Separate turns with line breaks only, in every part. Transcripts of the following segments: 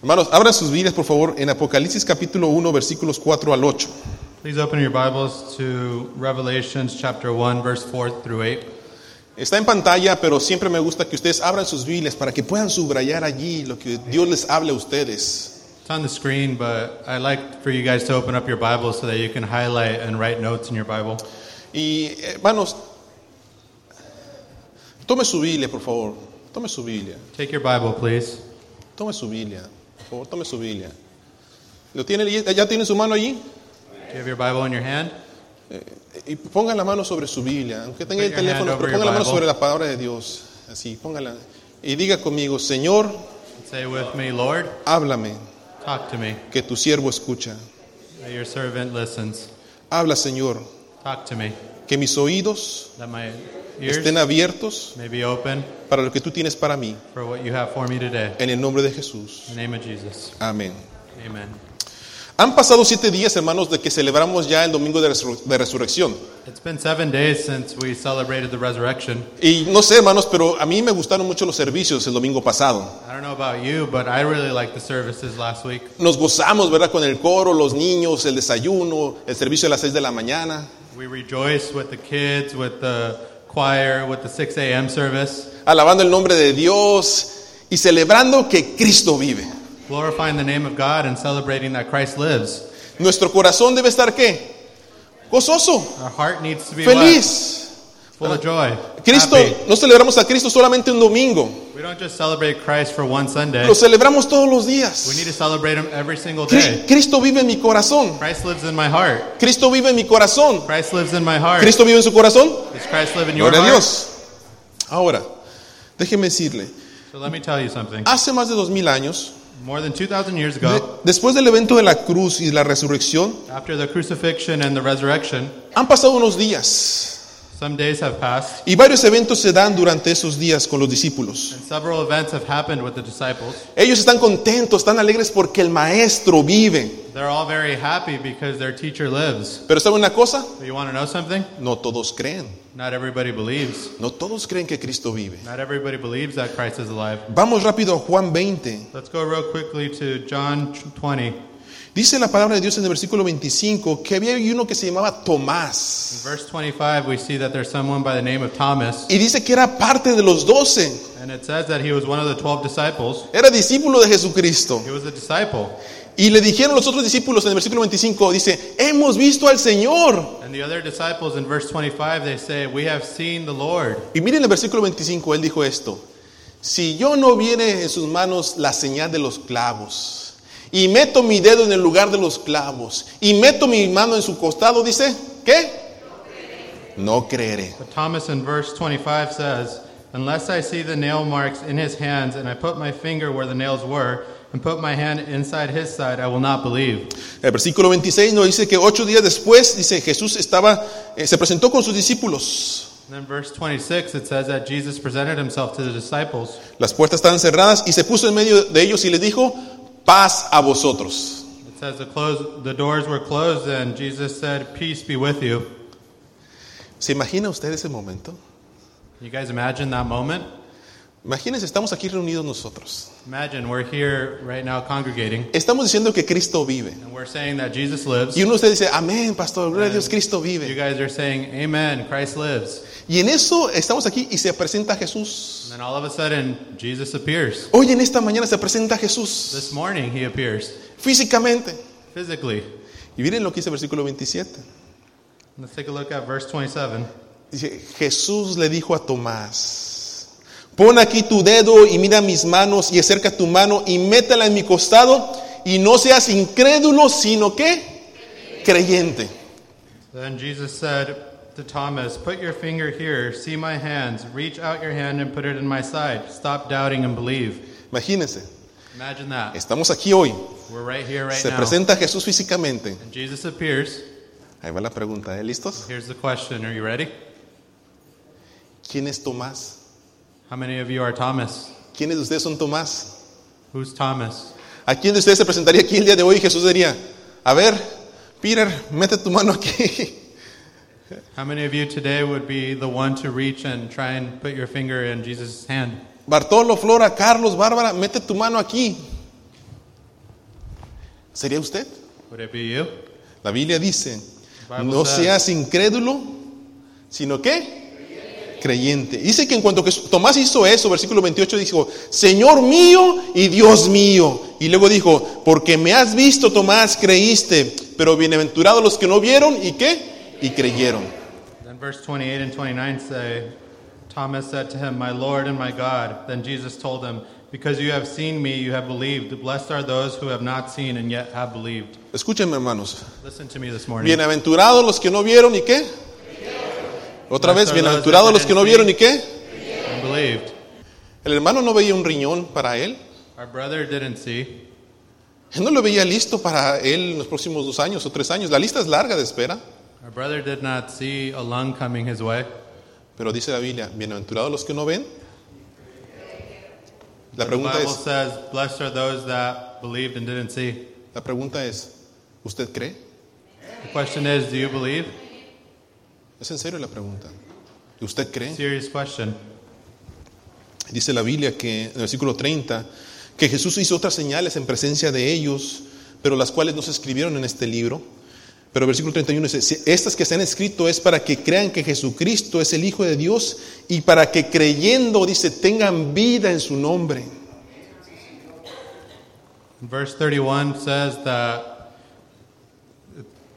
Hermanos, abran sus vidas, por favor, en Apocalipsis capítulo 1, versículos 4 al 8.
Please open your Bibles to Revelations chapter 1, verse 4 through 8.
Está en pantalla, pero siempre me gusta que ustedes abran sus Biblias para que puedan subrayar allí lo que Dios les hable a ustedes.
It's on the screen, but I'd like for you guys to open up your Bible so that you can highlight and write notes in your Bible.
Y hermanos, tome su Biblia, por favor. Tome su Biblia.
Take your Bible, please.
Tome su Biblia. Por favor, tome su Biblia. ¿Lo tiene, ya- ¿Ya tiene su mano allí?
Do you have your Bible in your hand?
Y ponga la mano sobre su Biblia, aunque tenga el
Put your hand
teléfono,
over
pero ponga
your
la mano
Bible.
sobre la palabra de Dios. Así, póngala. Y diga conmigo, Señor,
Say with me, Lord,
háblame,
talk to me.
que tu siervo escucha.
That your servant listens.
Habla, Señor,
Talk to me.
que mis oídos
That my ears
estén abiertos
may be open
para lo que tú tienes para mí.
for what you have for me today.
En el nombre de
In
Jesús.
the name of Jesus.
Amén.
Amen.
Han pasado siete días, hermanos, de que celebramos ya el domingo de, resur- de resurrección.
It's been seven days since we celebrated the resurrection.
Y no sé, hermanos, pero a mí me gustaron mucho los servicios el domingo pasado.
I don't know about you, but I really liked the services last week.
Nos gozamos, ¿verdad? Con el coro, los niños, el desayuno, el servicio a las seis de la mañana.
We rejoiced with the kids, with the choir, with the 6 a.m. service,
alabando el nombre de Dios y celebrando que Cristo vive.
glorifying the name of God and celebrating that Christ lives.
Nuestro corazón debe estar qué? Gozoso,
Our heart needs to be what?
feliz.
full of joy.
Cristo,
happy.
no celebramos a Cristo solamente un domingo,
We don't just celebrate Christ for one Sunday.
lo celebramos todos los
We need
días.
to celebrate him every single
Cri-
day.
Cristo vive en mi corazón,
Christ lives in my heart.
Cristo vive en mi corazón,
Christ lives in my heart.
Cristo vive en su corazón.
Does Christ live in your
Gloria a
heart?
Dios. Ahora, déjeme decirle,
So let me tell you something.
hace más de dos mil años,
More than 2,000 years
de-
ago,
después del evento de la cruz y la resurrección,
after the crucifixion and the resurrection,
han pasado unos días
some days have passed,
y varios eventos se dan durante esos días con los discípulos.
and several events have happened with the disciples.
Ellos están contentos, están alegres porque el maestro vive.
They're all very happy because their teacher lives.
Pero ¿saben una cosa?
But you want to know something?
No todos creen.
Not everybody believes.
No todos creen que Cristo vive.
Not everybody believes that Christ is alive.
Vamos rápido a Juan 20.
Let's go real quickly to John 20,
Dice la palabra de Dios en el versículo 25 que había uno que se llamaba Tomás.
verse 25. We see that there's someone by the name of Thomas,
Y dice que era parte de los doce.
and it says that he was one of the 12 disciples.
Era discípulo de Jesucristo.
He was a disciple.
Y le dijeron los otros discípulos en el versículo 25, dice, hemos visto al Señor.
And the other disciples in verse 25, they say, We have seen the Lord.
Y miren el versículo 25, él dijo esto. Si yo no viene en sus manos la señal de los clavos, y meto mi dedo en el lugar de los clavos, y meto mi mano en su costado, dice, ¿qué? No creeré.
But Thomas in verse 25 says, Unless I see the nail marks in his hands, and I put my finger where the nails were, and put my hand inside his side, I will not believe.
El versículo 26 nos dice que ocho días después, dice, Jesús estaba, eh, se presentó con sus discípulos.
And then verse 26, it says that Jesus presented himself to the disciples.
Las puertas estaban cerradas y se puso en medio de ellos y les dijo, paz a vosotros.
It says the, close, the doors were closed, and Jesus said, Peace be with you.
¿Se imagina usted ese momento?
You guys imagine that moment?
Imagínense, estamos aquí reunidos nosotros.
Imagine we're here right now congregating,
Estamos diciendo que Cristo vive.
and we're saying that Jesus lives.
Y uno de ustedes dice, amén, pastor, gloria a Dios, Cristo
You
vive.
guys are saying, Amen, Christ lives.
Y en eso estamos aquí y se presenta Jesús.
And then all of a sudden, Jesus appears.
Hoy en esta mañana se presenta Jesús
This morning, he appears
físicamente.
physically.
Y miren lo que dice el versículo 27.
Let's take a look at verse 27.
Dice, Jesús le dijo a Tomás, pon aquí tu dedo y mira mis manos y acerca tu mano y métela en mi costado y no seas incrédulo, sino que creyente.
Then Jesus said to Thomas, Put your finger here, see my hands, reach out your hand and put it in my side. Stop doubting and believe.
Imagínense,
Imagine that.
estamos aquí hoy,
We're right here, right
se
now.
presenta Jesús físicamente.
And Jesus appears.
Ahí va la pregunta, ¿eh? ¿listos?
Here's the question Are you ready?
¿Quién es Tomás?
How many of you are Thomas?
¿Quiénes de ustedes son Tomás?
Who's Thomas?
¿A quién de ustedes se presentaría aquí el día de hoy? Jesús diría, a ver, Peter, mete tu mano aquí.
How many of you today would be the one to reach and try and put your finger in Jesus' hand?
Bartolo, Flora, Carlos, Bárbara, mete tu mano aquí. ¿Sería usted?
Would it be you?
La Biblia dice,
Bible
no
says-
seas incrédulo, sino que creyente. Dice que en cuanto que Tomás hizo eso, versículo 28 dijo, Señor mío y Dios mío. Y luego dijo, porque me has visto, Tomás, creíste, pero bienaventurados los que no vieron y qué, y creyeron.
Then verse 28 and 29 say, Thomas said to him, My Lord and my God. Then Jesus told him, Because you have seen me, you have believed. Blessed are those who have not seen and yet have believed.
Escúchenme, hermanos.
Listen to me this morning.
Bienaventurados los que no vieron y qué. Otra vez, bienaventurados los que no vieron y qué.
And believed.
El hermano no veía un riñón para él.
Our brother didn't see.
Él no lo veía listo para él en los próximos dos años o tres años. La lista es larga de espera.
Our brother did not see a lung coming his way.
Pero dice la Biblia, bienaventurados los que no ven. La
The
pregunta
Bible
es,
says, Blessed are those that believed and didn't see.
la pregunta es, ¿usted cree?
The question is, do you believe?
Es en serio la pregunta. ¿Usted cree?
Serious question.
Dice la Biblia que en el versículo 30 que Jesús hizo otras señales en presencia de ellos, pero las cuales no se escribieron en este libro. Pero el versículo 31 dice, "Si estas que se han escrito es para que crean que Jesucristo es el Hijo de Dios y para que creyendo, dice, tengan vida en su nombre.
Verse 31 says that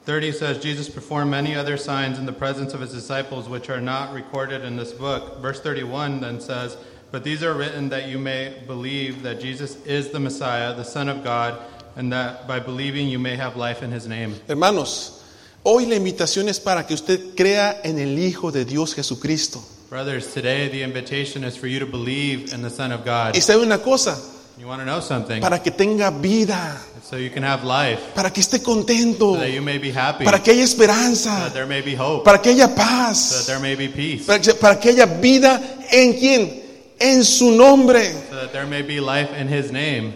30 says Jesus performed many other signs in the presence of his disciples which are not recorded in this book. Verse 31 then says, "But these are written that you may believe that Jesus is the Messiah, the Son of God, and that by believing you may have life in his name."
Hermanos, hoy la invitación es para que usted crea en el Hijo de Dios Jesucristo.
Brothers, today the invitation is for you to believe in the Son of God.
Y sabe una cosa,
You want to know something?
para que tenga vida,
So you can have life,
para que esté contento,
so that you may be happy,
para
so
que haya esperanza.
that there may be hope,
para que haya
so that
paz,
there may be peace, so
para que, para que haya vida en quién, en su nombre.
that there may be life in his name.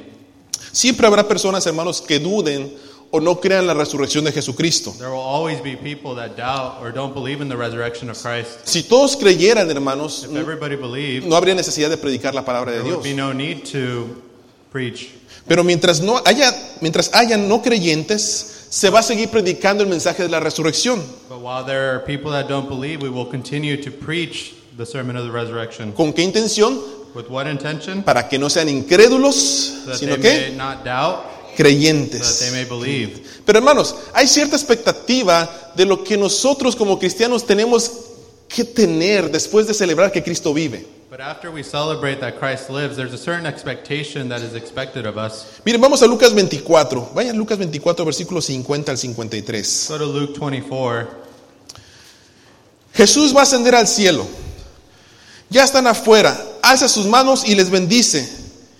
Siempre habrá personas, hermanos, que duden o no crean la resurrección de Jesucristo.
There will always be people that doubt or don't believe in the resurrection of Christ.
Si todos creyeran, hermanos,
If everybody believed,
no habría necesidad de predicar la palabra de
there
Dios.
would be no need to preach.
Pero mientras no haya, mientras haya no creyentes, se va a seguir predicando el mensaje de la resurrección.
But while there are people that don't believe, we will continue to preach the sermon of the resurrection.
¿Con qué intención?
With what intention?
Para que no sean incrédulos,
So that
sino
they
que
may not doubt, so that
creyentes.
they may believe.
Pero hermanos, hay cierta expectativa de lo que nosotros como cristianos tenemos que tener después de celebrar que Cristo vive.
But after we celebrate that Christ lives, there's a certain expectation that is expected of us.
Miren, vamos a Lucas 24. Vayan Lucas 24, versículos 50 al 53.
Go to Luke 24.
Jesús va a ascender al cielo. Ya están afuera. Alza sus manos y les bendice.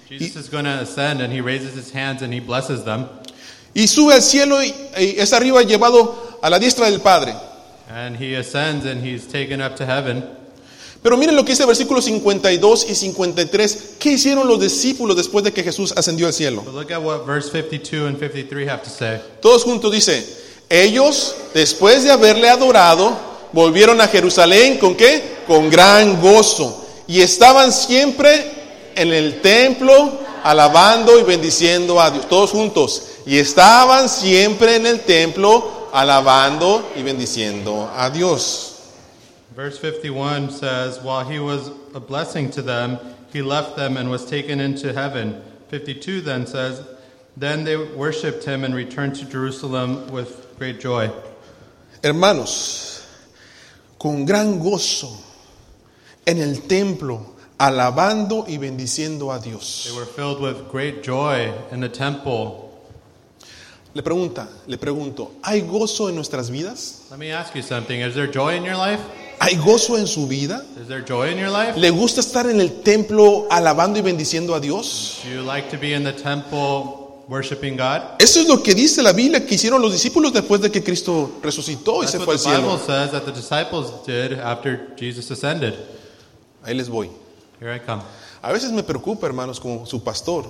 Jesus is going to ascend and he raises his hands and he blesses them.
Y sube al cielo y, y es arriba llevado a la diestra del Padre.
And he ascends and he's taken up to heaven.
Pero miren lo que dice el versículo 52 y 53. ¿Qué hicieron los discípulos después de que Jesús ascendió al cielo?
But look at what verse 52 and 53 have to say.
Todos juntos dice, ellos, después de haberle adorado, volvieron a Jerusalén con qué? Con gran gozo. Y estaban siempre en el templo alabando y bendiciendo a Dios. Todos juntos. Y estaban siempre en el templo alabando y bendiciendo a Dios.
Verse 51 says, While he was a blessing to them, he left them and was taken into heaven. 52 then says, Then they worshipped him and returned to Jerusalem with great joy.
Hermanos, con gran gozo en el templo alabando y bendiciendo a Dios.
They were filled with great joy in the temple.
Le pregunta, le pregunto, ¿hay gozo en nuestras vidas?
Let me ask you something. Is there joy in your life?
¿Hay gozo en su vida?
Is there joy in your life?
¿Le gusta estar en el templo alabando y bendiciendo a Dios?
Do you like to be in the temple worshiping God?
Eso es lo que dice la Biblia que hicieron los discípulos después de que Cristo resucitó y
That's
se
what
fue al
the Bible
cielo.
says that the disciples did after Jesus ascended.
Ahí les voy.
Here I come.
A veces me preocupa, hermanos, como su pastor,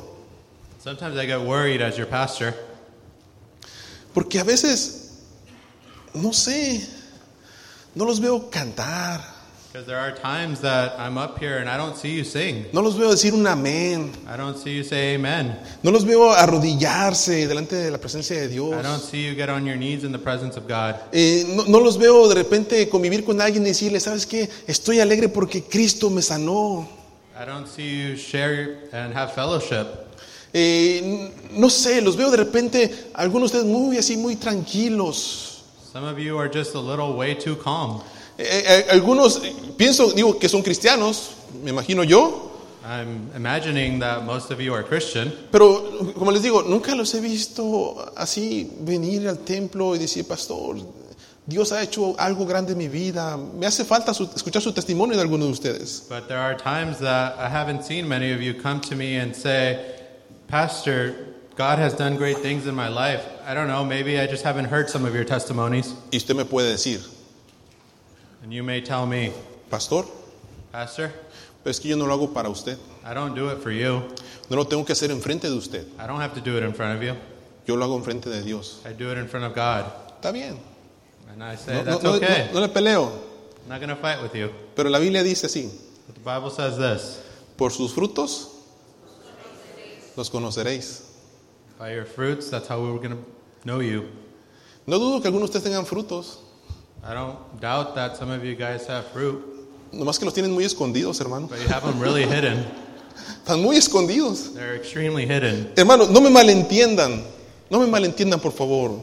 Sometimes I get worried as your pastor
porque a veces, no sé, no los veo cantar,
Because there are times that I'm up here and I don't see you sing.
No los veo decir un amén.
I don't see you say amen.
No los veo arrodillarse delante de la presencia de
I don't
Dios.
see you get on your knees in the presence of God.
Eh, no, no los veo de repente convivir con alguien y decirle, ¿sabes qué? Estoy alegre porque Cristo me sanó.
I don't see you share and have fellowship.
Eh, n- no sé, los veo de repente, algunos de ustedes muy así, muy tranquilos.
Some of you are just a little way too calm.
Eh, eh, algunos, eh, pienso, digo que son cristianos, me imagino yo,
I'm imagining that most of you are Christian,
pero como les digo, nunca los he visto así venir al templo y decir, pastor, Dios ha hecho algo grande en mi vida. Me hace falta su- escuchar su testimonio de algunos de ustedes.
but there are times that I haven't seen many of you come to me and say, Pastor, God has done great things in my life. I don't know, maybe I just haven't heard some of your testimonies.
Y usted me puede decir,
And you may tell me,
pastor,
Pastor,
pero es que yo no lo hago para usted.
I don't do it for you.
No lo tengo que hacer enfrente de usted.
I don't have to do it in front of you.
Yo lo hago enfrente de Dios.
I do it in front of God.
Está bien.
And I
No,
say,
no-
Eh, That's
no-
okay.
no- no le peleo.
I'm not going to fight with you.
Pero la Biblia dice así,
But the Bible says this
por sus frutos los conoceréis.
by your fruits, that's how we were going to know you.
No dudo que algunos de ustedes tengan frutos,
I don't doubt that some of you guys have fruit,
nomás que los tienen muy escondidos, hermano.
but you have them really hidden.
Están muy escondidos.
They're extremely hidden.
Hermano, no me malentiendan, no me malentiendan, por favor.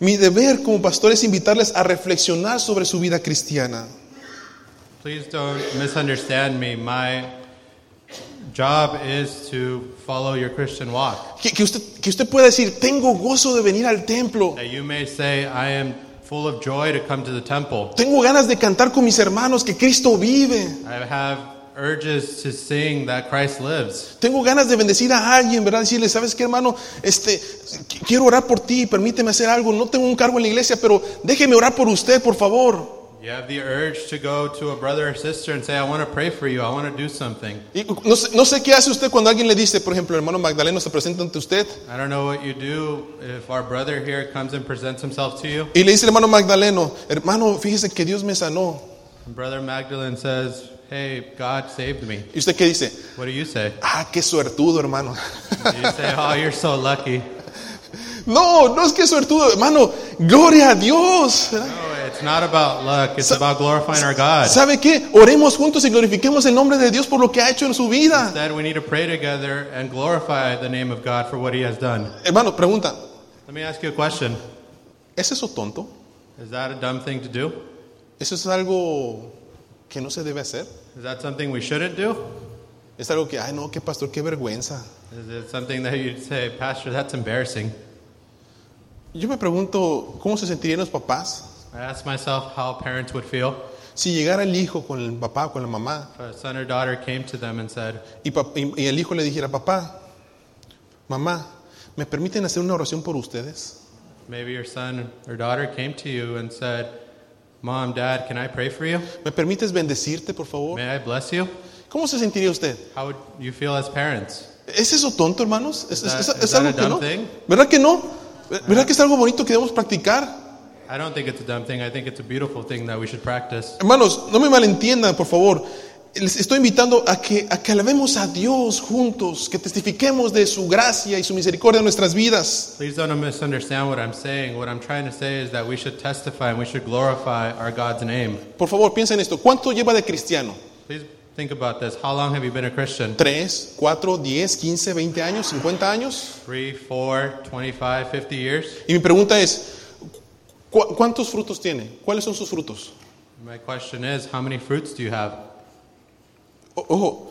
Mi deber como pastor es invitarles a reflexionar sobre su vida cristiana.
Please don't misunderstand me. My job is to follow your Christian walk.
Que, que usted, que usted pueda decir, tengo gozo de venir al templo,
That you may say, I am full of joy to come to the temple.
tengo ganas de cantar con mis hermanos que Cristo vive,
I have urges to sing that Christ lives.
tengo ganas de bendecir a alguien, ¿verdad? Decirle, ¿sabes qué, hermano? Este, qu- quiero orar por ti, permíteme hacer algo, no tengo un cargo en la iglesia, pero déjeme orar por usted, por favor.
You have the urge to go to a brother or sister and say, I want to pray for you. I want to do something.
Y no sé, no sé qué hace usted cuando alguien le dice, por ejemplo, el hermano Magdaleno se presenta ante usted
I don't know what you do if our brother here comes and presents himself to you.
y le dice el hermano Magdaleno, hermano, fíjese que Dios me sanó.
And Brother Magdalene says, Hey, God saved me.
¿Y usted qué dice?
What do you say?
Ah, qué suertudo, hermano.
You say, Oh, you're so lucky.
no, no es que suertudo, hermano, gloria a Dios. ¿verdad?
No, it's not about luck. It's about glorifying our God.
¿Sabe qué? Oremos juntos y glorifiquemos el nombre de Dios por lo que ha hecho en su vida.
Instead, we need to pray together and glorify the name of God for what He has done.
Hermano, pregunta,
Let me ask you a question.
¿es eso tonto?
Is that a dumb thing to do?
¿Eso es algo que no se debe hacer?
Is that something we shouldn't do?
Es algo que, ay no, qué pastor, qué vergüenza.
Is it something that you'd say, Pastor, that's embarrassing?
Yo me pregunto, ¿cómo se sentirían los papás
I ask myself how parents would feel
si llegara el hijo con el papá o con la mamá
if a son or daughter came to them and said,
y, pap- y- y el hijo le dijera, papá, mamá, ¿me permiten hacer una oración por ustedes?
Maybe your son or daughter came to you and said, Mom, Dad, can I pray for you?
¿Me permites bendecirte, por favor?
May I bless you?
¿Cómo se sentiría usted?
How would you feel as parents?
¿Es eso tonto, hermanos? ¿Es, es- es-
that-
es
is that
algo
a
que no?
dumb thing?
¿Verdad que no? Eh, ¿Verdad que es algo bonito que debemos practicar?
I don't think it's a dumb thing. I think it's a beautiful thing that we should practice.
Hermanos, no me malentiendan, por favor. Les estoy invitando a que, a que alabemos a Dios juntos, que testifiquemos de su gracia y su misericordia en nuestras vidas.
Please don't misunderstand what I'm saying. What I'm trying to say is that we should testify and we should glorify our God's name.
Por favor, piensa en esto. ¿Cuánto lleva de cristiano?
Please think about this. How long have you been a Christian?
¿Tres, cuatro, diez, quince, veinte años, cincuenta años?
Three, four, 25, 50 years?
Y mi pregunta es, ¿cu- ¿cuántos frutos tiene? ¿Cuáles son sus frutos?
My question is, how many fruits do you have?
O- Ojo,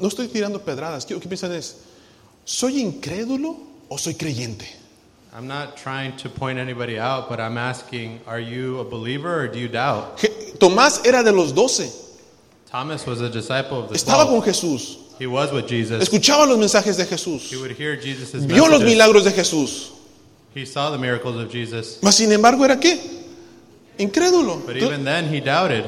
no estoy tirando pedradas. Quiero que piensen es, ¿soy incrédulo o soy creyente?
I'm not trying to point anybody out, but I'm asking, are you a believer or do you doubt?
Je- Tomás era de los doce,
Thomas was a disciple of the
estaba con
twelve.
Jesús,
He was with Jesus.
escuchaba los mensajes de
He
Jesús,
would hear Jesus'
vio los
messages.
milagros de Jesús,
He saw the miracles of Jesus.
mas sin embargo era qué? Incrédulo.
But
Entonces,
even then, he doubted.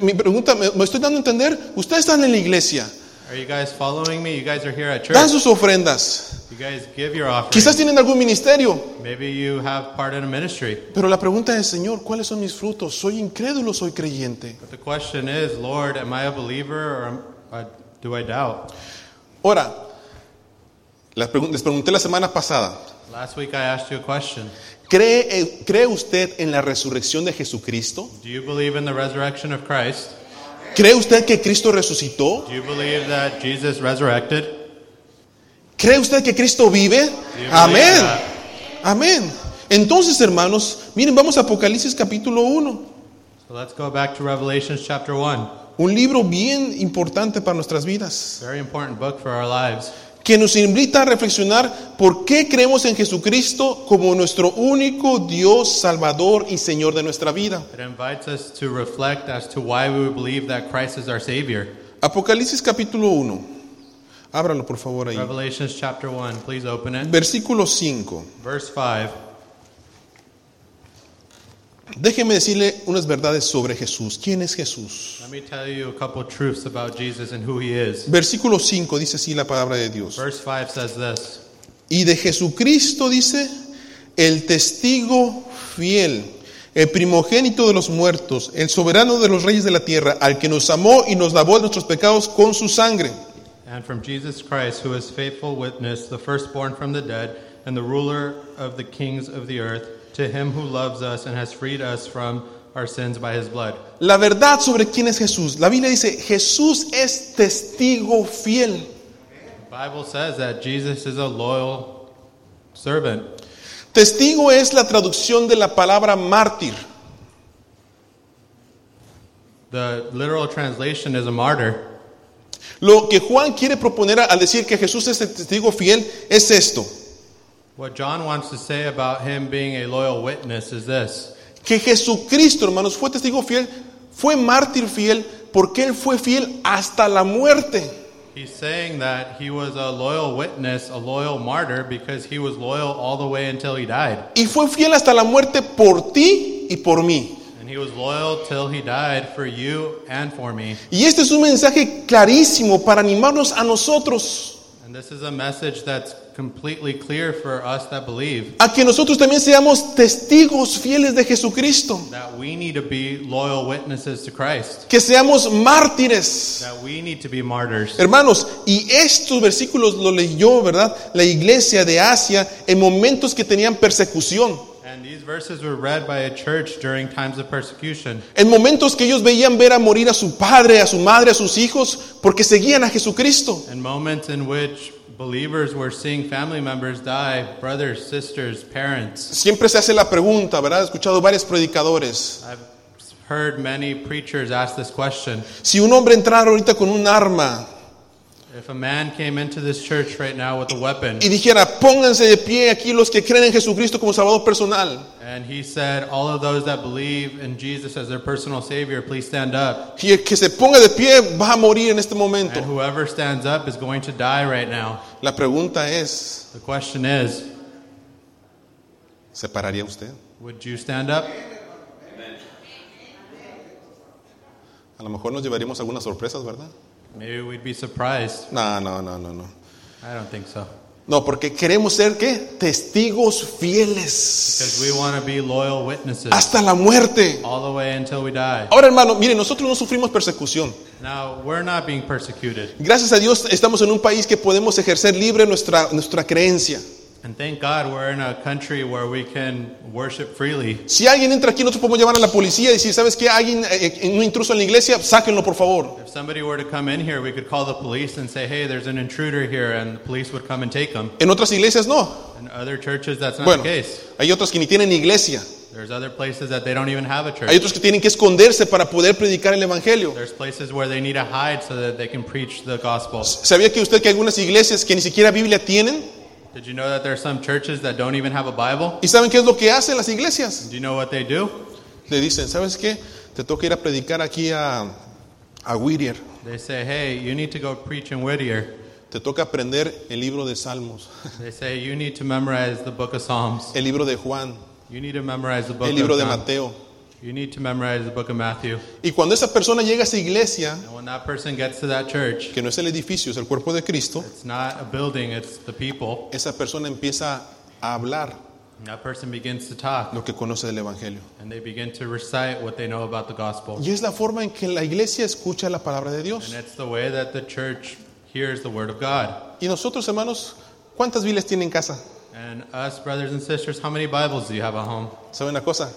mi pregunta, me, me estoy dando a entender, ustedes están en la iglesia,
Are you guys following me? You guys are here at
dan
church.
sus ofrendas,
You guys give your offering.
Quizás tienen algún ministerio,
Maybe you have part in a ministry.
pero la pregunta es, Señor, ¿cuáles son mis frutos? ¿Soy incrédulo o soy creyente?
But the question is, Lord, am I a believer or am I, do I doubt?
Ahora, las pregun- les pregunté la semana pasada,
Last week I asked you a question.
¿cree, eh, ¿cree usted en la resurrección de Jesucristo?
Do you believe in the resurrection of Christ?
¿Cree usted que Cristo resucitó?
Do you believe that Jesus resurrected?
¿Cree usted que Cristo vive?
Do you believe
Amén.
that?
Amén. Entonces, hermanos, miren, vamos a Apocalipsis capítulo 1,
So let's go back to Revelations chapter 1.
un libro bien importante para nuestras vidas,
Very important book for our lives.
que nos invita a reflexionar por qué creemos en Jesucristo como nuestro único Dios, Salvador y Señor de nuestra vida.
It invites us to reflect as to why we would believe that Christ is our Savior.
Apocalipsis capítulo 1, ábralo por favor ahí.
Revelations chapter 1, please open it.
Versículo 5.
Verse 5.
Déjeme decirle unas verdades sobre Jesús. ¿Quién es Jesús?
Let me tell you a couple truths about Jesus and who he is.
Versículo 5 dice así la palabra de Dios.
Verse 5 says this
Y de Jesucristo dice, el testigo fiel, el primogénito de los muertos, el soberano de los reyes de la tierra, al que nos amó y nos lavó de nuestros pecados con su sangre.
And from Jesus Christ, who is faithful witness, the firstborn from the dead, and the ruler of the kings of the earth, to him who loves us and has freed us from our sins by his blood.
La verdad sobre quién es Jesús. La Biblia dice, Jesús es testigo fiel.
The Bible says that Jesus is a loyal servant.
Testigo es la traducción de la palabra mártir.
The literal translation is a martyr.
Lo que Juan quiere proponer al decir que Jesús es el testigo fiel es esto,
What John wants to say about him being a loyal witness is this
que Jesucristo, hermanos, fue testigo fiel, fue mártir fiel, porque él fue fiel hasta la muerte.
He's saying that he was a loyal witness, a loyal martyr, because he was loyal all the way until he died.
Y fue fiel hasta la muerte por ti y por mí.
And he was loyal till he died for you and for me.
Y este es un mensaje clarísimo para animarnos a nosotros,
And this is a message that's completely clear for us that believe
a que nosotros también seamos testigos fieles de Jesucristo,
that we need to be loyal witnesses to Christ,
que seamos mártires.
that we need to be martyrs.
Hermanos, y estos versículos lo leyó, ¿verdad? La iglesia de Asia en momentos que tenían persecución,
And these verses were read by a church during times of persecution.
en momentos que ellos veían ver a morir a su padre, a su madre, a sus hijos, porque seguían a Jesucristo.
And moments in which believers were seeing family members die, brothers, sisters, parents.
Siempre se hace la pregunta, ¿verdad? He escuchado varios predicadores.
I've heard many preachers ask this question.
Si un hombre entrara ahorita con un arma
If a man came into this church right now with a weapon
y dijera, pónganse de pie aquí los que creen en Jesucristo como Salvador personal,
and he said, All of those that believe in Jesus as their personal Savior, please stand up.
y el que se ponga de pie va a morir en este
And
momento.
whoever stands up is going to die right now.
La pregunta es,
The question is,
¿se pararía usted?
would you stand up?
A lo mejor nos llevaríamos algunas sorpresas, ¿verdad?
Maybe we'd be surprised.
No, no, no, no, no.
I don't think so.
No, porque queremos ser qué? Testigos
Because
fieles
we want to be loyal witnesses
hasta la muerte.
all the way until we die.
Ahora, hermano, miren, nosotros no sufrimos persecución.
Now, we're not being persecuted.
Gracias a Dios estamos en un país que podemos ejercer libre nuestra, nuestra creencia.
And thank God we're in a country where we can worship freely.
Si alguien entra aquí, nosotros podemos llamar a la policía y decir, ¿sabes qué? Alguien, eh, eh, un intruso en la iglesia, sáquenlo, por favor.
If somebody were to come in here, we could call the police and say, hey, there's an intruder here, and the police would come and take them.
En otras iglesias no.
In other churches, that's not
Bueno,
the case.
hay otros que ni tienen iglesia.
There's other places that they don't even have a
Hay
church.
otros que tienen que esconderse para poder predicar el evangelio.
There's places where they need to hide so that they can preach the gospel.
¿Sabía que usted que algunas iglesias que ni siquiera Biblia tienen?
Did you know that there are some churches that don't even have a Bible?
¿Y saben qué es lo que hacen las iglesias?
Do you know what they do?
Le dicen, ¿sabes qué? Te toca ir a predicar aquí a, a Whittier.
They say, hey, you need to go preach in Whittier.
Te toca aprender el libro de Salmos,
They say, you need to memorize the book of Psalms.
el libro de Juan,
You need to memorize the book
el libro
of
de
John.
Mateo.
You need to memorize the book of Matthew.
Y cuando esa persona llega a esa iglesia,
And when that person gets to that church,
que no es el edificio, es el cuerpo de Cristo,
it's not a building, it's the people.
esa persona empieza a hablar
And that person begins to talk
lo que conoce del Evangelio.
and they begin to recite what they know about the gospel.
Y es la forma en que la iglesia escucha la palabra de
And
Dios.
it's the way that the church hears the word of God.
Y nosotros, hermanos, ¿cuántas Biblias tiene en casa?
And us, brothers and sisters, how many Bibles do you have at home?
¿Saben una cosa?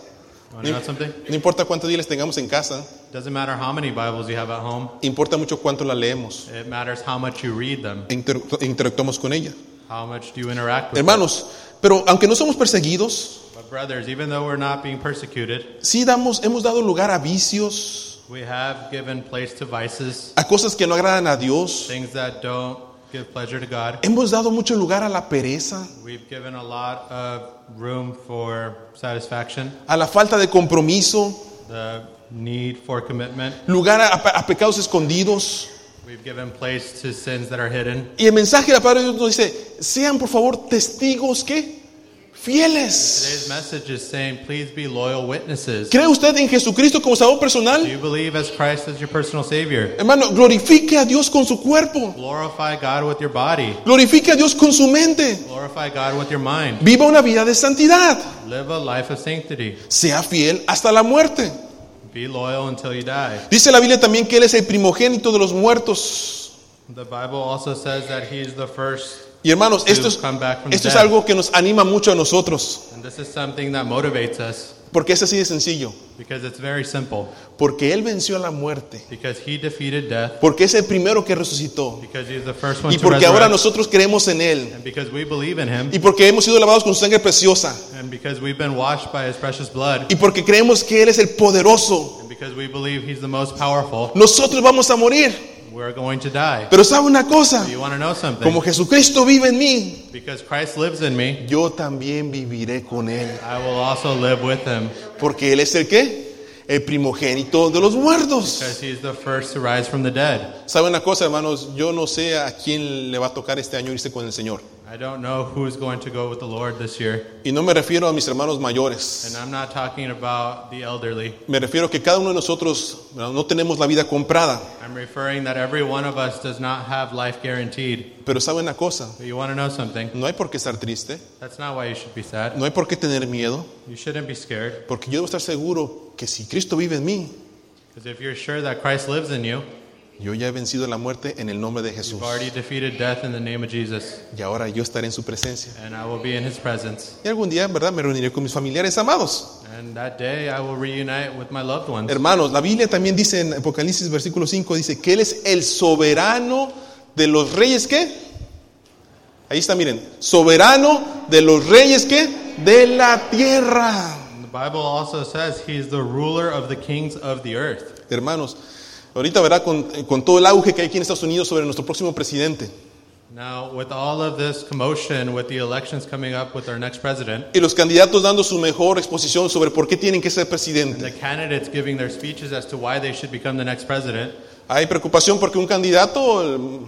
Want to know something?
No importa cuántas Biblias tengamos en casa,
Doesn't matter how many Bibles you have at home.
importa mucho cuánto la leemos
It matters how much you read them.
e interactu- e interactuamos con ella.
How much do you interact with them.
Hermanos, pero aunque no somos perseguidos,
But brothers, even though we're not being persecuted,
sí damos, hemos dado lugar a vicios,
we have given place to vices,
a cosas que no agradan a Dios.
things that don't give pleasure to God.
Hemos dado mucho lugar a la pereza,
We've given a lot of room for satisfaction,
a la falta de compromiso,
the need for commitment.
lugar a, a pecados escondidos.
We've given place to sins that are hidden.
Y el mensaje de la palabra de Dios nos dice, sean por favor testigos que fieles.
Today's message is saying, please be loyal witnesses.
¿Cree usted en Jesucristo como salvador
Do
personal?
you believe as Christ as your personal Savior?
Hermano, glorifique a Dios con su cuerpo.
Glorify God with your body.
Glorifique a Dios con su mente.
Glorify God with your mind.
Viva una vida de santidad.
Live a life of sanctity.
Sea fiel hasta la muerte.
Be loyal until you die.
Dice la Biblia también que Él es el primogénito de los muertos.
The Bible also says that He's the first,
Y hermanos,
To
esto es,
come back from the
esto es
dead.
algo que nos anima mucho a nosotros.
and this is something that motivates us
Porque es así de sencillo.
because it's very simple.
Porque Él venció a la muerte.
Because He defeated death.
Porque es el primero que resucitó.
Because He's the first one
Y
to
porque ahora
resurrect.
nosotros creemos en Él.
and because we believe in Him.
Y porque hemos sido lavados con su sangre preciosa.
And because we've been washed by His precious blood.
Y porque creemos que Él es el poderoso.
And because we believe He's the most powerful.
Nosotros vamos a morir.
We're going to die.
Pero sabe una cosa.
You want to know
Como
something?
Jesucristo vive en mí,
Because Christ lives in me,
yo también viviré con Él.
I will also live with Him.
Porque Él es el qué? El primogénito de los muertos.
Because He's the first to rise from the dead.
¿Sabe una cosa, hermanos? Yo no sé a quién le va a tocar este año irse con el Señor.
I don't know who's going to go with the Lord this year.
Y no me refiero a mis hermanos mayores.
And I'm not talking about the elderly.
Me refiero a que cada uno de nosotros ¿verdad? no tenemos la vida comprada.
I'm referring that every one of us does not have life guaranteed.
Pero ¿sabe una cosa?
But you want to know something?
No hay por qué estar triste.
That's not why you should be sad.
No hay por qué tener miedo.
You shouldn't be scared.
Porque yo debo estar seguro que si Cristo vive en mí,
Because if you're sure that Christ lives in you,
yo ya he vencido la muerte en el nombre de Jesús.
you've already defeated death in the name of Jesus.
Y ahora yo estaré en su presencia.
And I will be in His presence.
Y algún día, en verdad, me reuniré con mis familiares amados.
And that day I will reunite with my loved ones.
Hermanos, la Biblia también dice en Apocalipsis versículo 5, dice que Él es el soberano de los reyes que... Ahí está, miren, soberano de los reyes que... De la tierra.
And The Bible also says He's the ruler of the kings of the earth.
Hermanos, ahorita verá con, eh, con todo el auge que hay aquí en Estados Unidos sobre nuestro próximo presidente.
Now, with all of this commotion, with the elections coming up with our next president,
Y los candidatos dando su mejor exposición sobre por qué tienen que ser
the
presidente.
candidates giving their speeches as to why they should become the next president,
Hay preocupación porque un candidato, el-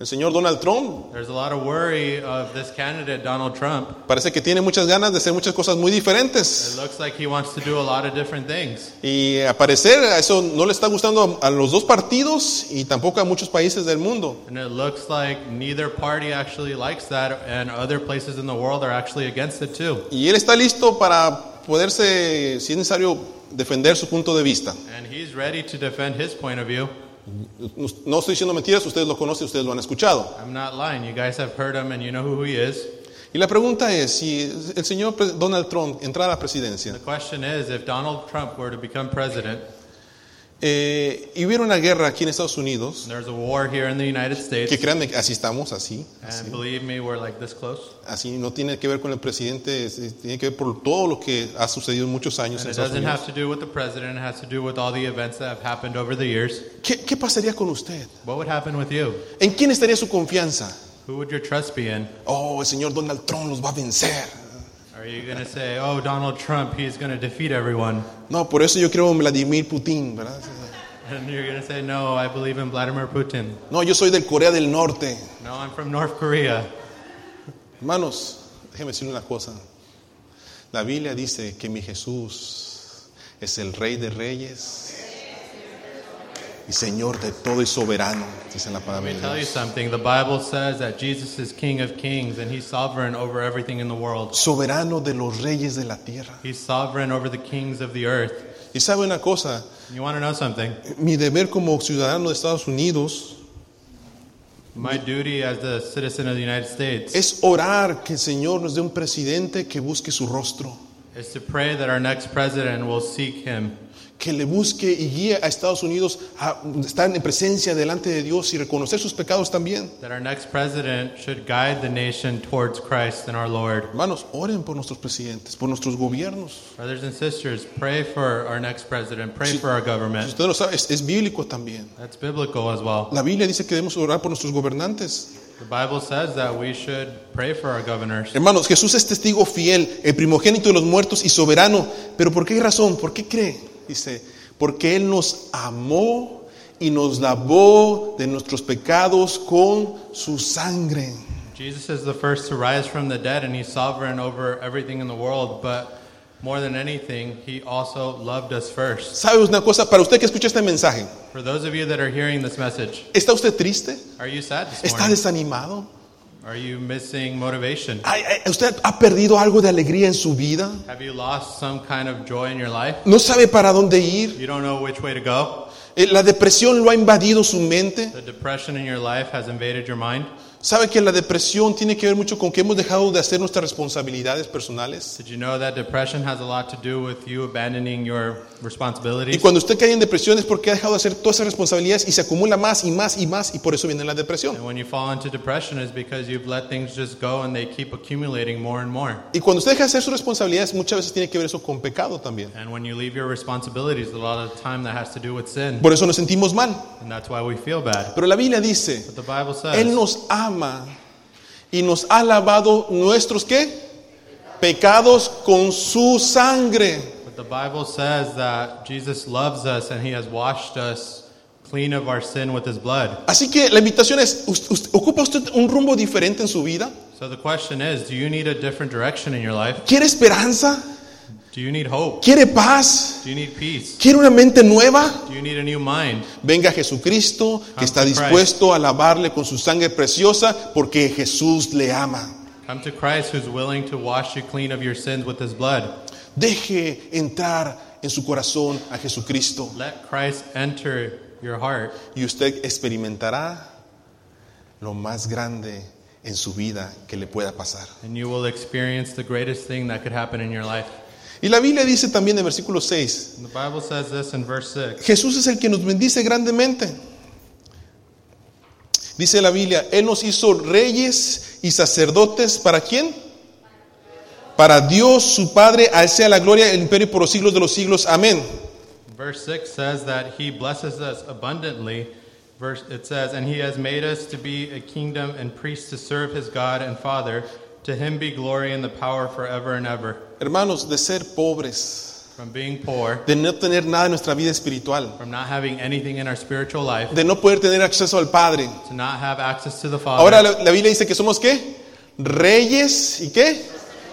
el señor Donald Trump,
there's a lot of worry of this candidate, Donald Trump.
Parece que tiene muchas ganas de hacer muchas cosas muy
It
diferentes.
looks like he wants to do a lot of different things.
Y a parecer eso no le está gustando a a los dos partidos y tampoco a muchos países del mundo.
And it looks like neither party actually likes that, and other places in the world are actually against it too.
Y él está listo para poderse, si es necesario, defender su punto de vista.
And he's ready to defend his point of view.
No- No estoy diciendo mentiras, ustedes lo conocen, ustedes lo han escuchado.
I'm not lying. You guys have heard him, and you know who he is.
Y la pregunta es, si el señor pre- Donald Trump entrara a la presidencia
The question is if Donald Trump were to become president,
eh, y hubiera una guerra aquí en Estados Unidos,
There's a war here in the United States,
que créanme, que así estamos, así,
and believe me, we're like this close.
así no tiene que ver con el presidente, es- tiene que ver por todo lo que ha sucedido en muchos años en
And it
Estados
doesn't
Unidos.
have to do with the president, it has to do with all the events that have happened over the years.
¿Qué, qué pasaría con usted?
What would happen with you?
¿En quién estaría su confianza?
Who would your trust be in?
Oh, el señor Donald Trump los va a vencer.
Are you going to say, oh, Donald Trump, he's going to defeat everyone?
No, por eso yo creo en Vladimir Putin, ¿verdad?
And you're going to say, no, I believe in Vladimir Putin.
No, yo soy del Corea del Norte.
No, I'm from North Korea.
Hermanos, déjenme decirle una cosa. La Biblia dice que mi Jesús es el Rey de Reyes y Señor de todo y soberano, dice la palabra de
Tell you
Dios.
something. The Bible says that Jesus is King of Kings and He's sovereign over everything in the world.
Soberano de los reyes de la tierra.
He's sovereign over the kings of the earth.
Y sabe una cosa,
You want to know something?
mi deber como ciudadano de Estados Unidos
My duty as a citizen of the United States
es orar que el Señor nos dé un presidente que busque su rostro,
is to pray that our next president will seek Him,
que le busque y guíe a Estados Unidos a estar en presencia delante de Dios y reconocer sus pecados también.
that our next president should guide the nation towards Christ and our Lord.
Hermanos, oren por nuestros presidentes, por nuestros gobiernos.
Brothers and sisters, pray for our next president. Pray for our
Si
government.
usted lo sabe, es, es bíblico también.
That's biblical as well.
La Biblia dice que debemos orar por nuestros gobernantes.
The Bible says that we should pray for our governors.
Hermanos, Jesús es testigo fiel, el primogénito de los muertos y soberano. Pero ¿por qué razón? ¿Por qué cree? Dice, porque Él nos amó y nos lavó de nuestros pecados con su sangre.
Jesus is the first to rise from the dead, and he's sovereign over everything in the world. But more than anything, he also loved us first.
¿Sabe una cosa? Para usted que escucha este mensaje,
For those of you that are hearing this message,
¿está usted triste?
are you sad this
¿Está
morning?
desanimado?
Are you missing motivation?
¿Ay, ay, ¿Usted ha perdido algo de alegría en su vida?
Have you lost some kind of joy in your life?
¿No sabe para dónde ir?
You don't know which way to go?
Eh, ¿La depresión lo ha invadido su mente?
The depression in your life has invaded your mind?
¿Sabe que la depresión tiene que ver mucho con que hemos dejado de hacer nuestras responsabilidades personales?
Did you know that depression has a lot to do with you abandoning your
Y
responsibilities?
cuando usted cae en depresión es porque ha dejado de hacer todas esas responsabilidades y se acumula más y más y más y por eso viene la depresión.
And when you fall into depression, is because you've let things just go and they keep accumulating more and more.
Y cuando usted deja de hacer sus responsabilidades muchas veces tiene que ver eso con pecado también.
And when you leave your responsibilities, a lot of the time that has to do with sin.
Por eso nos sentimos mal.
And that's why we feel bad.
Pero la Biblia dice,
But the Bible
Él
says
nos ama y nos ha lavado nuestros qué? Pecados con su sangre.
but the Bible says that Jesus loves us and he has washed us clean of our sin with his blood.
Así que la invitación es, ¿us- us- ¿ocupa usted un rumbo diferente en su vida?
So the question is, do you need a different direction in your life?
¿Quiere esperanza?
Do you need hope?
¿Quiere paz?
Do you need peace?
¿Quiere una mente nueva?
Do you need a new mind?
Venga Jesucristo, que
Come
está
to Christ.
dispuesto a lavarle con su sangre preciosa, porque Jesús le ama.
Come to Christ who's willing to wash you clean of your sins with his blood.
Deje entrar en su corazón a Jesucristo
Let Christ enter your heart
y usted experimentará lo más grande en su vida que le pueda pasar.
and you will experience the greatest thing that could happen in your life.
Y la Biblia dice también en versículo 6,
And the Bible says this in verse 6.
Jesús es el que nos bendice grandemente. Dice la Biblia, Él nos hizo reyes y sacerdotes para quién? Para Dios su Padre, al sea la gloria el imperio por los siglos de los siglos. Amén.
Verse 6 says that he blesses us abundantly. Verse, it says, And he has made us to be a kingdom and priests to serve his God and Father. To him be glory and the power forever and ever.
Hermanos, de ser pobres,
From being poor,
de no tener nada en nuestra vida espiritual,
from not having anything in our spiritual life,
de no poder tener acceso al Padre.
to not have access to the
Ahora
Father.
la, la Biblia dice que somos qué? Reyes y qué?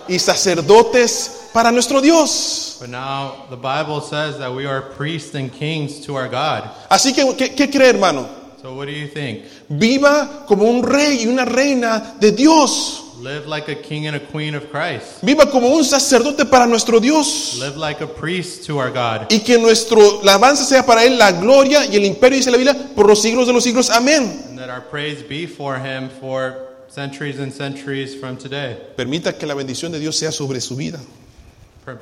Y sacerdotes para nuestro Dios.
But now the Bible says that we are priests and kings to our God.
Así que, ¿qué- qué cree, hermano?
So what do you think?
Viva como un rey y una reina de Dios.
Live like a king and a queen of Christ.
Viva como un sacerdote para nuestro Dios.
Live like a priest to our God.
Y que nuestro alabanza sea para Él la gloria y el imperio, dice la Biblia, por los siglos de los siglos. Amén.
And that our praise be for him for centuries and centuries from today.
Permita que la bendición de Dios sea sobre su vida.
Per-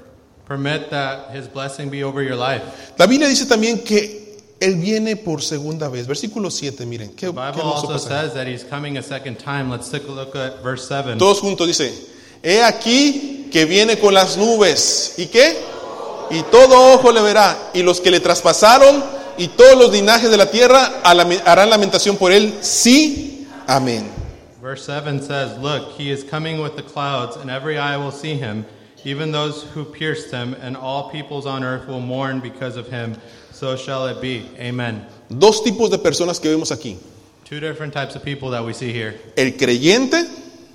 Permit that his blessing be over your life.
La Biblia dice también que Él viene por segunda vez. Versículo 7, miren. Qué, qué
The Bible
hermoso
also
pasaje.
says that he's coming a second time. Let's take a look at verse 7.
Todos juntos dice, he aquí que viene con las nubes. ¿Y qué? Y todo ojo le verá. Y los que le traspasaron y todos los linajes de la tierra alame- harán lamentación por él. Sí, amén.
Verse 7 says, Look, he is coming with the clouds, and every eye will see him, even those who pierced him, and all peoples on earth will mourn because of him. So shall it be. Amen.
Dos tipos de personas que vemos aquí.
Two different types of people that we see here
El creyente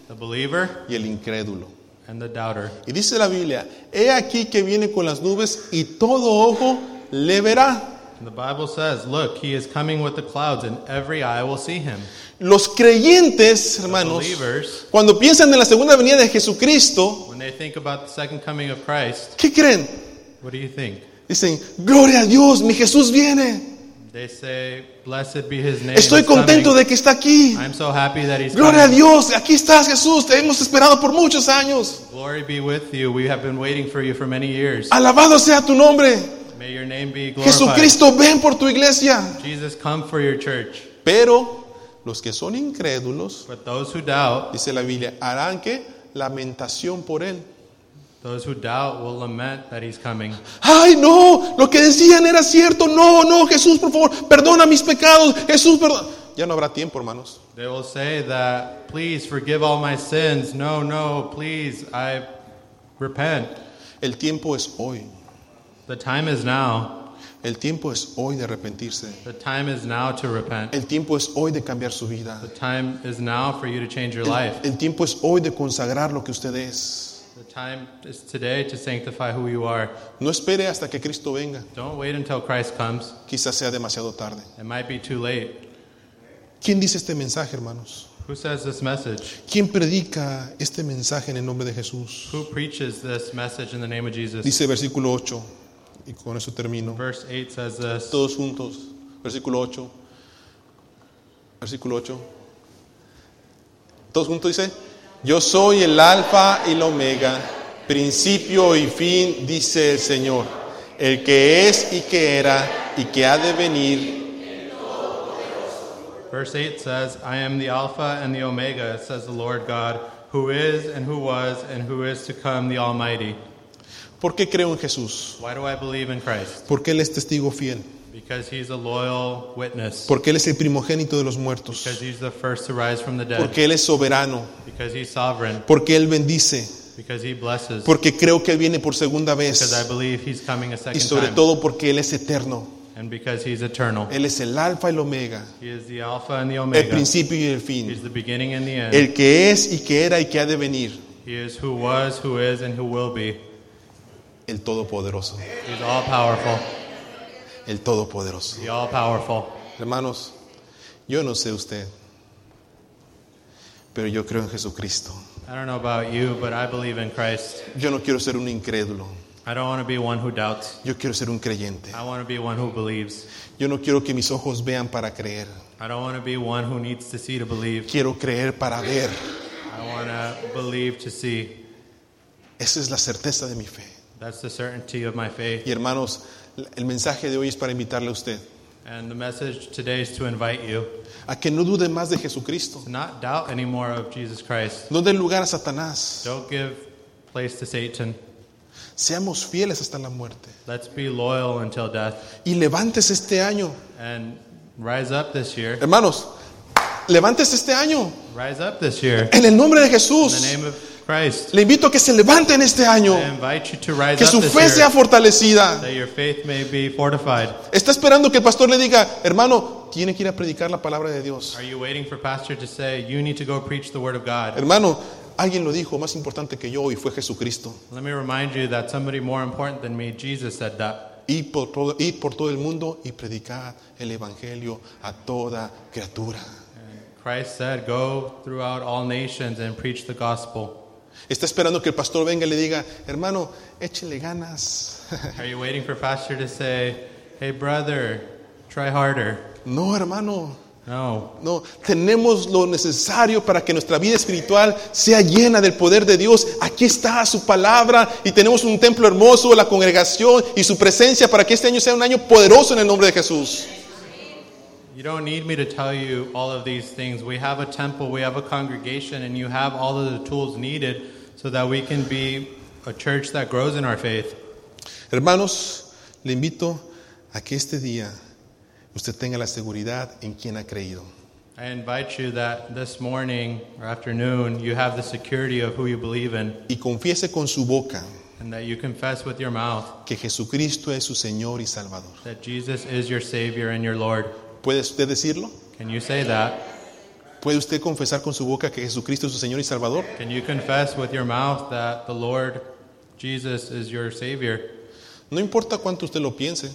the believer
y el incrédulo.
and the doubter.
Y dice la Biblia, he aquí que viene con las nubes y todo ojo le verá.
And the Bible says, Look, he is coming with the clouds, and every eye will see him.
Los creyentes, hermanos,
Believers,
cuando piensan en la segunda venida de Jesucristo,
when they think about the second coming of Christ,
¿qué creen?
what do you think?
Dicen, gloria a Dios, mi Jesús viene.
They say, Blessed be his name.
Estoy
it's coming.
contento de que está aquí.
I'm so happy that he's
Gloria a
coming.
Dios, aquí estás Jesús, te hemos esperado por muchos años.
Glory be with you. We have been waiting for you for many years.
Alabado sea tu nombre.
May your name be glorified.
Jesucristo, ven por tu iglesia.
Jesus, come for your church.
Pero los que son incrédulos,
But those who doubt,
dice la Biblia, harán que lamentación por él.
those who doubt will lament that he's coming.
Ay, no, lo que decían era cierto. No, no, Jesús, por favor, perdona mis pecados. Jesús, perdona. Ya no habrá tiempo, hermanos.
They will say that, please forgive all my sins. No, no, please, I repent.
El tiempo es hoy.
The time is now.
El tiempo es hoy de arrepentirse.
The time is now to repent.
El tiempo es hoy de cambiar su vida.
The time is now for you to change your life.
El tiempo es hoy de consagrar lo que usted es.
The time is today to sanctify who you are.
No espere hasta que Cristo venga.
Don't wait until Christ comes.
Quizás sea demasiado tarde.
It might be too late.
¿Quién dice este mensaje, hermanos?
Who says this message?
¿Quién predica este mensaje en el nombre de Jesús?
Who preaches this message in the name of Jesus?
Dice versículo 8, y con eso termino.
Verse 8 says this.
Todos juntos, versículo 8. Versículo 8. Todos juntos dice, yo soy el alfa y el omega, principio y fin, dice el Señor, el que es y que era y que ha de venir.
Verse 8 says, I am the Alpha and the Omega, says the Lord God, who is and who was and who is to come, the Almighty.
¿Por qué creo en Jesús?
Why do I believe in Christ?
Porque Él es testigo fiel,
Because he's a loyal witness.
porque Él es el primogénito de los muertos,
Because he's the first to rise from the dead.
porque Él es soberano,
Because he's sovereign.
porque Él bendice,
Because he blesses.
porque creo que Él viene por segunda
Because I
vez
believe he's coming a
y
second
sobre
time.
todo porque Él es eterno.
And because he's eternal.
Él es el alfa y el omega,
He is the Alpha and the
el
Omega.
principio y el
He's
fin,
the beginning and the end.
el que es y que era y que ha de venir,
He is who was, who is, and who will be.
el todopoderoso,
He's all powerful.
el todopoderoso.
The all powerful.
Hermanos, yo no sé usted, pero yo creo en Jesucristo.
I don't know about you, but I believe in Christ.
Yo no quiero ser un incrédulo,
I don't want to be one who doubts.
yo quiero ser un creyente.
I want to be one who believes.
Yo no quiero que mis ojos vean para creer,
I don't want to be one who needs to see to believe.
quiero creer para ver.
I want to believe to see.
Esa es la certeza de mi fe.
That's the certainty of my faith.
Y hermanos, el mensaje de hoy es para invitarle a usted
And the message today is to invite you
a que no dude más de Jesucristo.
to not doubt anymore of Jesus Christ.
No dé lugar a Satanás.
Don't give place to Satan.
Seamos fieles hasta la muerte.
Let's be loyal until death.
Y levántese este año.
And rise up this year.
Hermanos, levántese este año.
Rise up this year.
En el nombre de
In the
Jesús.
name of Christ,
Le invito a que se levante en este año.
I invite you to rise
Que
up
su
this
fe
year.
sea fortalecida.
that your faith may be fortified.
Está esperando que el pastor le diga, hermano, tiene que ir a predicar la palabra de Dios.
Are you waiting for pastor to say you need to go preach the word of God?
Hermano, alguien lo dijo, más importante que yo, y fue Jesucristo.
Let me remind you that somebody more important than me, Jesus, said that.
Y por todo, id por todo el mundo y predicad el Evangelio a toda criatura.
Christ said, "Go throughout all nations and preach the gospel."
Está esperando que el pastor venga y le diga, hermano, échele ganas.
Are you waiting for pastor to say, "Hey brother, try harder"?
No, hermano,
No.
no. Tenemos lo necesario para que nuestra vida espiritual sea llena del poder de Dios. Aquí está su palabra y tenemos un templo hermoso, la congregación y su presencia para que este año sea un año poderoso en el nombre de Jesús.
You don't need me to tell you all of these things. We have a temple, we have a congregation, and you have all of the tools needed so that we can be a church that grows in our faith.
Hermanos, le invito a que este día usted tenga la seguridad en quien ha creído.
I invite you that this morning or afternoon you have the security of who you believe in
y confiese con su boca
and that you confess with your mouth
que Jesucristo es su Señor y Salvador.
that Jesus is your Savior and your Lord.
¿Puede usted decirlo?
Can you say that?
¿Puede usted confesar con su boca que Jesucristo es su Señor y Salvador?
Can you confess with your mouth that the Lord Jesus is your Savior?
No importa cuánto usted lo piense,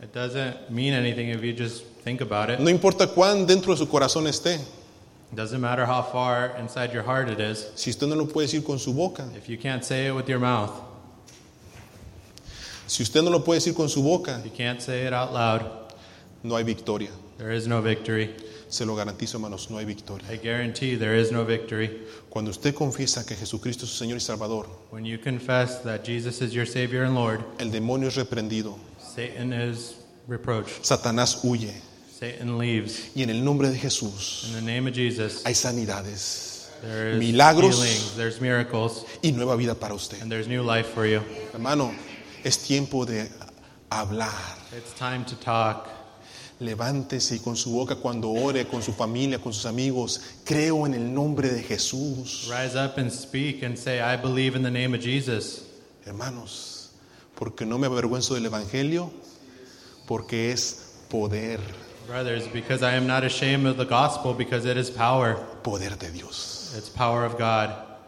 It doesn't mean anything if you just think about it.
no importa cuán dentro de su corazón esté,
It doesn't matter how far inside your heart it is.
si usted no lo puede decir con su boca,
If you can't say it with your mouth,
si usted no lo puede decir con su boca,
you can't say it out loud,
no hay victoria.
there is no victory.
Se lo garantizo, hermanos, no hay victoria.
I guarantee there is no victory.
Cuando usted confiesa que Jesucristo es su Señor y Salvador,
When you confess that Jesus is your Savior and Lord,
el demonio es reprendido,
Satan is reproached.
Satanás huye
Satan leaves.
y en el nombre de Jesús
In the name of Jesus,
hay sanidades
there is
Milagros.
healings, there's miracles,
y nueva vida para usted.
and there's new life for you.
Hermano, es tiempo de hablar.
It's time to talk.
Levántese y con su boca cuando ore, con su familia, con sus amigos, creo en el nombre de Jesús.
Rise up and speak and say, I believe in the name of Jesus.
Hermanos, porque no me avergüenzo del Evangelio, porque es poder,
Brothers, because I am not ashamed of the gospel, because it is power.
poder de Dios.
It's power of God.